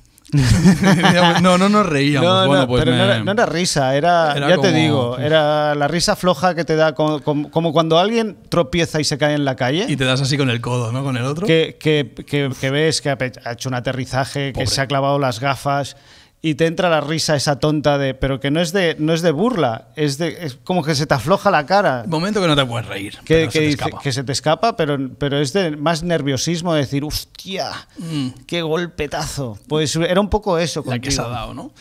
no, no nos reíamos.
No,
bueno,
no,
pues
pero no,
me-
era, no era risa, era,
Era
ya
como-
te digo, era la risa floja que te da como, como- como cuando alguien tropieza y se cae en la calle.
Y te das así con el codo, ¿no? Con el otro.
que, que- que- que ves que ha pe- ha hecho un aterrizaje,
Pobre.
que se ha clavado las gafas y te entra la risa esa tonta de, pero que no es de, no es de burla, es de, es como que se te afloja la cara.
Momento que no te puedes reír.
Que,
pero se
que
te
dice-
escapa.
que se te escapa, pero, pero es de más nerviosismo de decir, hostia,
Mm.
qué golpetazo. Pues era un poco eso
La que se ha
contigo.
dado, ¿no?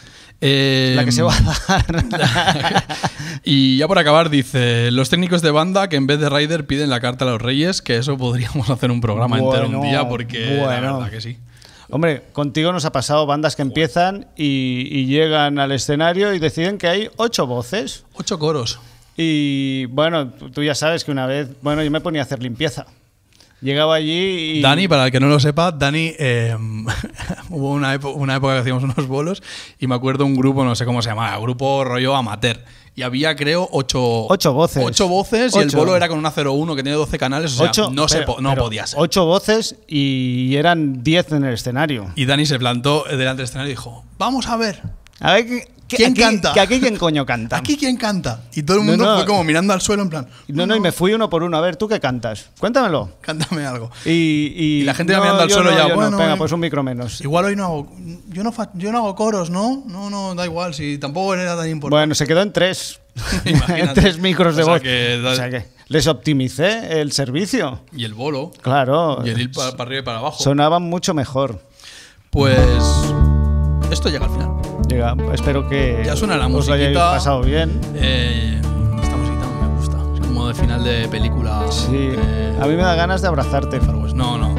Eh,
La que se va a dar.
y ya por acabar, dice: Los técnicos de banda que en vez de Ryder piden la carta a los Reyes, que eso podríamos hacer un programa entero un
Bueno,
día, porque la
bueno.
verdad que sí.
Hombre, contigo nos ha pasado bandas que empiezan y, y llegan al escenario y deciden que hay ocho voces.
Ocho coros.
Y bueno, tú tú ya sabes que una vez, bueno, yo me ponía a hacer limpieza. Llegaba allí y...
Dani, para el que no lo sepa, Dani, eh, hubo una, epo- una época que hacíamos unos bolos y me acuerdo un grupo, no sé cómo se llamaba, grupo rollo amateur. Y había, creo, ocho,
Ocho voces.
Ocho voces y el
Ocho.
bolo era con una 01 que tiene 12 canales, o sea,
ocho-
no, se
pero-
po- no
pero
podía ser.
Ocho voces y eran diez en el escenario.
Y Dani se plantó delante del escenario y dijo, vamos a ver,
A ver, que- que
¿Quién
aquí-
canta?
Que aquí quién coño canta.
aquí quién canta. Y todo el mundo
No, no.
fue como mirando al suelo en plan,
No, no, y me fui uno por uno. A ver, ¿tú qué cantas? Cuéntamelo.
cántame algo.
Y, y,
Y la gente va
no,
mirando al
yo
suelo
no,
ya,
yo no.
bueno,
Venga,
eh.
pues un micro menos.
Igual hoy no hago, yo no, fa- yo no hago coros, ¿no? No, no, da igual, si tampoco era tan importante.
Bueno, se quedó en tres. en
Imagínate.
tres micros de
O sea
voz.
que da-
O sea que les optimicé el servicio.
Y el bolo,
Claro.
y el ir para, arriba y para abajo.
Sonaban mucho mejor.
Pues esto llega al final.
Llega, espero que
Ya suena la
os lo hayáis
musiquita.
pasado bien.
Eh, esta musiquita me gusta. Es como de final de película.
Sí.
eh,
A mí me da ganas de abrazarte.
Far West. No, no.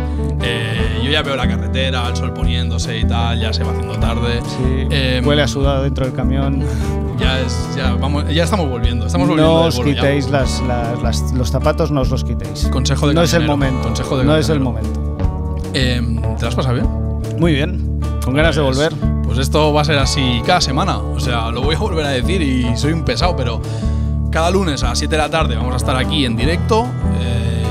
Eh, yo ya veo la carretera, el sol poniéndose y tal, ya se va haciendo tarde.
Sí.
Eh,
Huele a sudado dentro del camión.
Ya, es- ya, vamos, ya estamos volviendo. Estamos volviendo
No
del
os
bolo ya.
quitéis las, las- las- los zapatos, no os los quitéis.
Consejo de
No es el
camionero,
momento.
consejo de
no es el
camionero.
momento.
Em, ¿Te las pasas bien?
Muy bien. Con ganas de
Pues-
volver.
Pues esto va a ser así cada semana. O sea, lo voy a volver a decir y soy un pesado, pero cada lunes a las 7 de la tarde vamos a estar aquí en directo. Eh,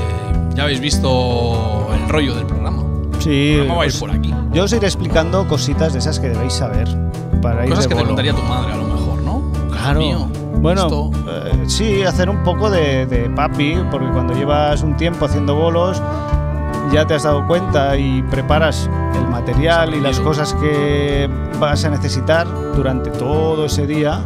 ya habéis visto el rollo del programa.
Sí.
El programa va a ir
pues,
por aquí.
yo os iré explicando cositas de esas que debéis saber. para ir
Cosas
de
que te
bolo.
contaría tu madre, a lo mejor, ¿no? Dios
Claro.
mío,
bueno,
esto-
eh, sí, hacer un poco de, de papi, porque cuando llevas un tiempo haciendo bolos, ya te has dado cuenta y preparas el material y las cosas que vas a necesitar durante todo ese día.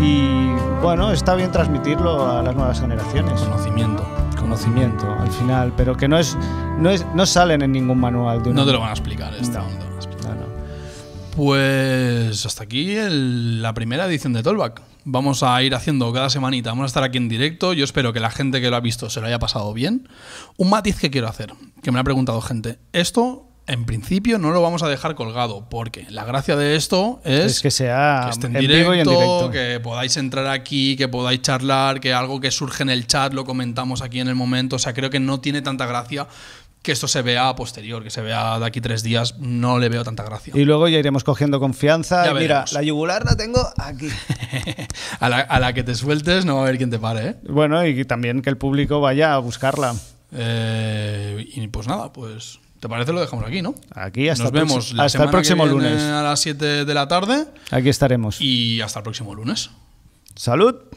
Y bueno, está bien transmitirlo a las nuevas generaciones.
Conocimiento.
Conocimiento al final, pero que no es, no es, no salen en ningún manual de una-
No te lo van a explicar esto.
No.
no te lo van a explicar.
No, no.
Pues hasta aquí el- la primera edición de Tollback. Vamos a ir haciendo cada semanita, vamos a estar aquí en directo. Yo espero que la gente que lo ha visto se lo haya pasado bien. Un matiz que quiero hacer, que me lo ha preguntado gente. Esto, en principio, no lo vamos a dejar colgado, porque la gracia de esto es,
Es que sea
que esté en,
en
directo,
vivo y en directo.
que podáis entrar aquí, que podáis charlar, que algo que surge en el chat lo comentamos aquí en el momento. O sea, creo que no tiene tanta gracia que esto se vea a posterior, que se vea de aquí tres días. No le veo tanta gracia.
Y luego ya iremos cogiendo confianza.
Ya
Y Mira,
veremos.
la yugular la tengo aquí.
a, la, a la que te sueltes no va a haber quien te pare, ¿eh?
Bueno, y también que el público vaya a buscarla.
Eh, Y pues nada, pues. ¿Te parece? Lo dejamos aquí, ¿no?
Aquí hasta
Nos
el proxi-
vemos la
hasta el
semana que
próximo
viene
lunes.
a las 7 de la tarde
Aquí estaremos.
y hasta el próximo lunes.
Salud.